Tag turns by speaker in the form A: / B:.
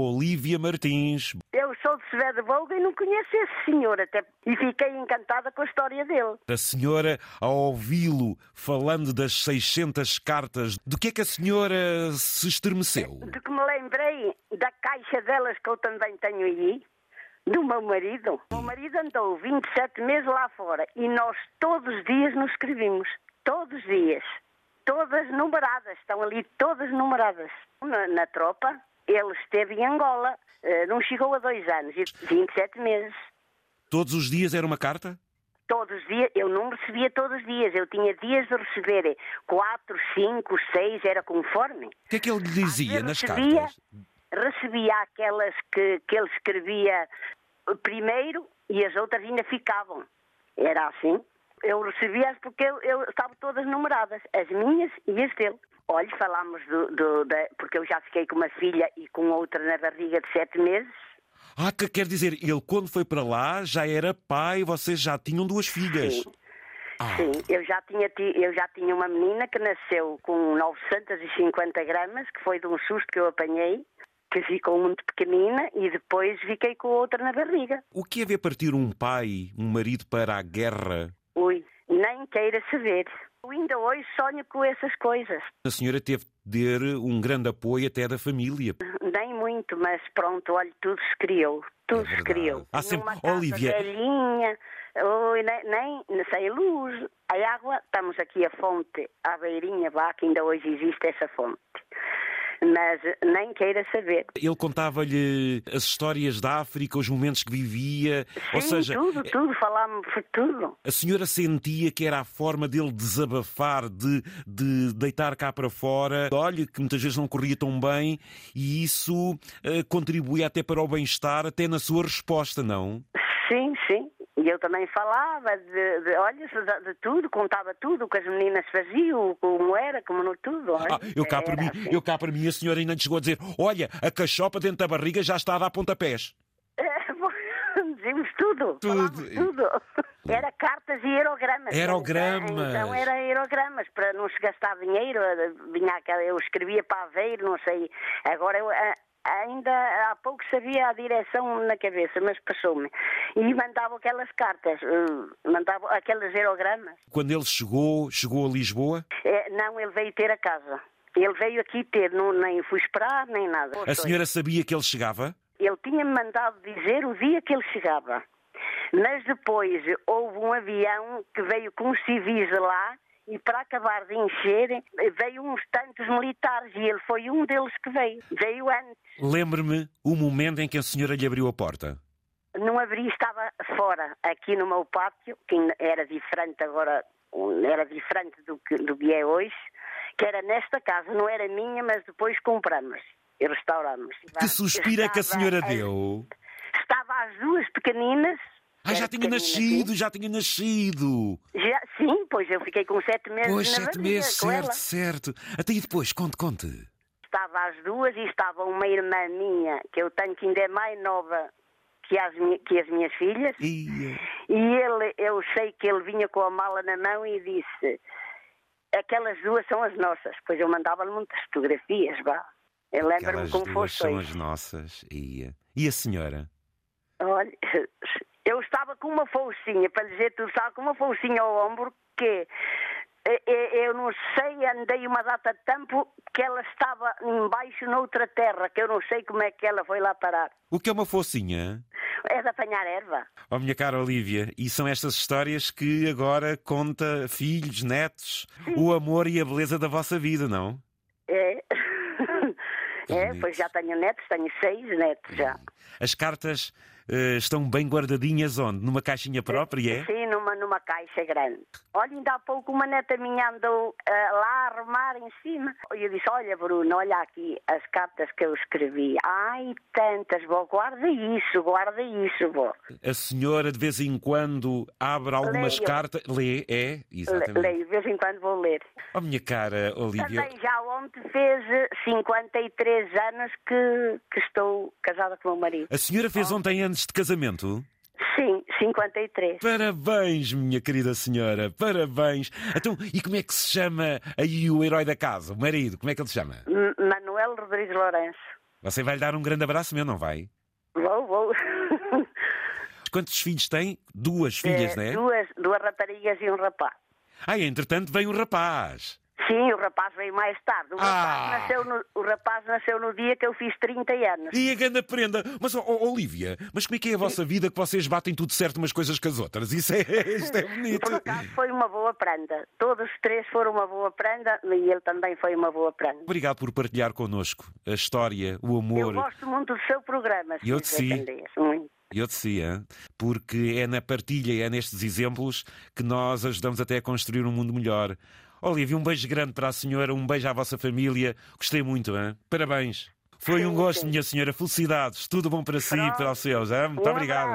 A: Olívia Martins.
B: Eu sou de Severo Volga e não conheço esse senhor até. E fiquei encantada com a história dele.
A: A senhora, ao ouvi-lo falando das 600 cartas, do que é que a senhora se estremeceu?
B: De que me lembrei da caixa delas que eu também tenho aí, do meu marido. O meu marido andou 27 meses lá fora e nós todos os dias nos escrevimos. Todos os dias. Todas numeradas, estão ali todas numeradas. Na, na tropa, ele esteve em Angola, eh, não chegou a dois anos, e 27 meses.
A: Todos os dias era uma carta?
B: Todos os dias, eu não recebia todos os dias, eu tinha dias de receber eh, quatro, cinco, seis, era conforme.
A: O que é que ele lhe dizia
B: Às
A: nas
B: vezes recebia,
A: cartas?
B: Recebia aquelas que, que ele escrevia primeiro e as outras ainda ficavam. Era assim. Eu recebia-as porque eu, eu estava todas numeradas, as minhas e as dele. Olha, falámos do, do- da- porque eu já fiquei com uma filha e com outra na barriga de sete meses.
A: Ah, que quer dizer, ele quando foi para lá já era pai, vocês já tinham duas filhas.
B: Sim.
A: Ah.
B: Sim, eu já, tinha, ti- eu já tinha uma menina que nasceu com 950 gramas, que foi de um susto que eu apanhei, que ficou muito pequenina, e depois fiquei com outra na barriga.
A: O que é ver partir um pai, um marido para a guerra?
B: Ui, nem queira saber. Eu ainda hoje sonho com essas coisas.
A: A senhora teve de ter um grande apoio até da família.
B: Nem muito, mas pronto, olha, tudo se criou. Tudo
A: É
B: se
A: verdade.
B: criou.
A: Há sempre-
B: Numa casa
A: Olívia-
B: velhinha, ui, nem, nem, nem sem luz. A água, estamos aqui a fonte, à beirinha, vá, que ainda hoje existe essa fonte. Mas eh, nem queira saber.
A: Ele contava-lhe as histórias da África, os momentos que vivia. Ou
B: Sim,
A: seja, é-
B: tudo, tudo, falámos de tudo.
A: a senhora sentia que era a forma dele desabafar, de, de deitar cá para fora. Olha, que muitas vezes não corria tão bem. E isso eh, contribuía até para o bem-estar, até na sua resposta, não?
B: Sim, sim. E eu também falava de, de olha, de, de tudo, contava tudo, o que as meninas faziam, como era, como não tudo. olha.
A: Ah, eu cá, para
B: Era
A: mim,
B: assim.
A: eu cá para mim, a senhora ainda lhe chegou a dizer: Olha, a cachopa dentro da barriga já está a dar pontapés.
B: Dizíamos É, tudo,
A: Tudo.
B: tudo. tudo. Era cartas e aerogramas.
A: Aerogramas.
B: Então era aerogramas, para não se gastar dinheiro. Vinha aquela, eu escrevia para Aveiro, não sei. Agora eu ah, ainda há pouco sabia a direção na cabeça, mas passou-me. E mandava aquelas cartas, eh, mandava aqueles aerogramas.
A: Quando ele chegou, chegou a Lisboa,
B: Eh, Não, ele veio ter a casa. Ele veio aqui ter, não, nem fui esperar, nem nada.
A: a
B: Foi.
A: senhora sabia que ele chegava?
B: Ele tinha-me mandado dizer o dia que ele chegava. Mas depois houve um avião que veio com os civis de lá e para acabar de encher veio uns tantos militares e ele foi um deles que veio. Veio antes.
A: Lembre-me o momento em que a senhora lhe abriu a porta.
B: Não abri, estava fora, aqui no meu pátio, que ainda era diferente agora, era diferente do que, do que é hoje, que era nesta casa, não era minha, mas depois compramos e restauramos.
A: Que suspiro é que a
B: Estava
A: senhora
B: em-
A: deu?
B: Estava às duas pequeninas.
A: Ah, já
B: Era
A: tinha
B: pequenina,
A: nascido, já tinha nascido.
B: sim. Já, sim, pois eu fiquei com sete meses
A: Pois,
B: É, na
A: sete
B: barriga
A: meses,
B: com ela.
A: certo, certo. Até e depois, conte, conte.
B: Estava às duas e estava uma irmã minha, que eu tenho que ainda é mais nova que as, mi- que as minhas filhas.
A: Ia.
B: E ele, eu sei que ele vinha com a mala na mão e disse: Aquelas duas são as nossas. Pois eu mandava-lhe muitas fotografias, vá. Eu lembro-me
A: Aquelas
B: como
A: duas
B: fosse
A: são
B: hoje.
A: as nossas. Ia. E a senhora?
B: Olha, eu estava com uma folcinha, para dizer tudo, estava com uma folcinha ao ombro que eh, eh, eu não sei, andei uma data de tempo que ela estava embaixo noutra terra, que eu não sei como é que ela foi lá parar.
A: O que é uma focinha?
B: É de apanhar erva.
A: Oh, minha cara Olívia, e são estas histórias que agora conta filhos, netos, o amor e a beleza da vossa vida, não?
B: É. É,
A: Bonito.
B: pois já tenho netos, tenho seis netos já.
A: As cartas eh, estão bem guardadinhas onde? Numa caixinha própria, é?
B: Sim, numa, numa caixa grande. Olha, ainda há pouco uma neta minha andou ah, lá a arrumar em cima. E eu disse, olha Bruno, olha aqui as cartas que eu escrevi. Ai, tantas, vó, guarda isso, guarda isso, vó.
A: A senhora de vez em quando abre algumas
B: Leio.
A: cartas. Lê, é?
B: Le-
A: Exatamente.
B: Leio, de vez em quando vou ler.
A: Oh, minha cara Olívia,
B: Também já ontem fez eh, 53 anos que, que estou casada com o meu marido.
A: a senhora fez ontem anos de casamento?
B: Sim, 53.
A: Parabéns, minha querida senhora, parabéns. Então, e como é que se chama aí o herói da casa, o marido? Como é que ele se chama?
B: M- Manuel Rodrigues Lourenço.
A: Você vai lhe dar um grande abraço meu, não vai?
B: Vou, vou.
A: Quantos filhos tem? Duas filhas,
B: Eh,
A: não é?
B: duas, duas raparigas e um rapaz.
A: Ah, entretanto veio um rapaz.
B: Sim, o rapaz veio mais tarde. O,
A: Ah!
B: rapaz nasceu no, o rapaz nasceu no dia que eu fiz 30 anos.
A: E a grande prenda. Mas, ó, ó, Olívia, mas como é que é a vossa vida que vocês batem tudo certo umas coisas com as outras? Isso é, isto é bonito.
B: Por acaso foi uma boa prenda. Todos os três foram uma boa prenda e ele também foi uma boa prenda.
A: Obrigado por partilhar connosco a história, o
B: Eu
A: amor.
B: gosto muito do seu programa,
A: Eu de si.
B: Silvia Candeias, muito.
A: Eu dizia, porque é na partilha, é nestes exemplos que nós ajudamos até a construir um mundo melhor. Olívia, um beijo grande para a senhora, um beijo à vossa família. Gostei muito, hein? parabéns. Foi um
B: Sim,
A: gosto,
B: sim.
A: minha senhora. Felicidades. Tudo bom para si e para os seus. Hein? Muito
B: Um
A: obrigado.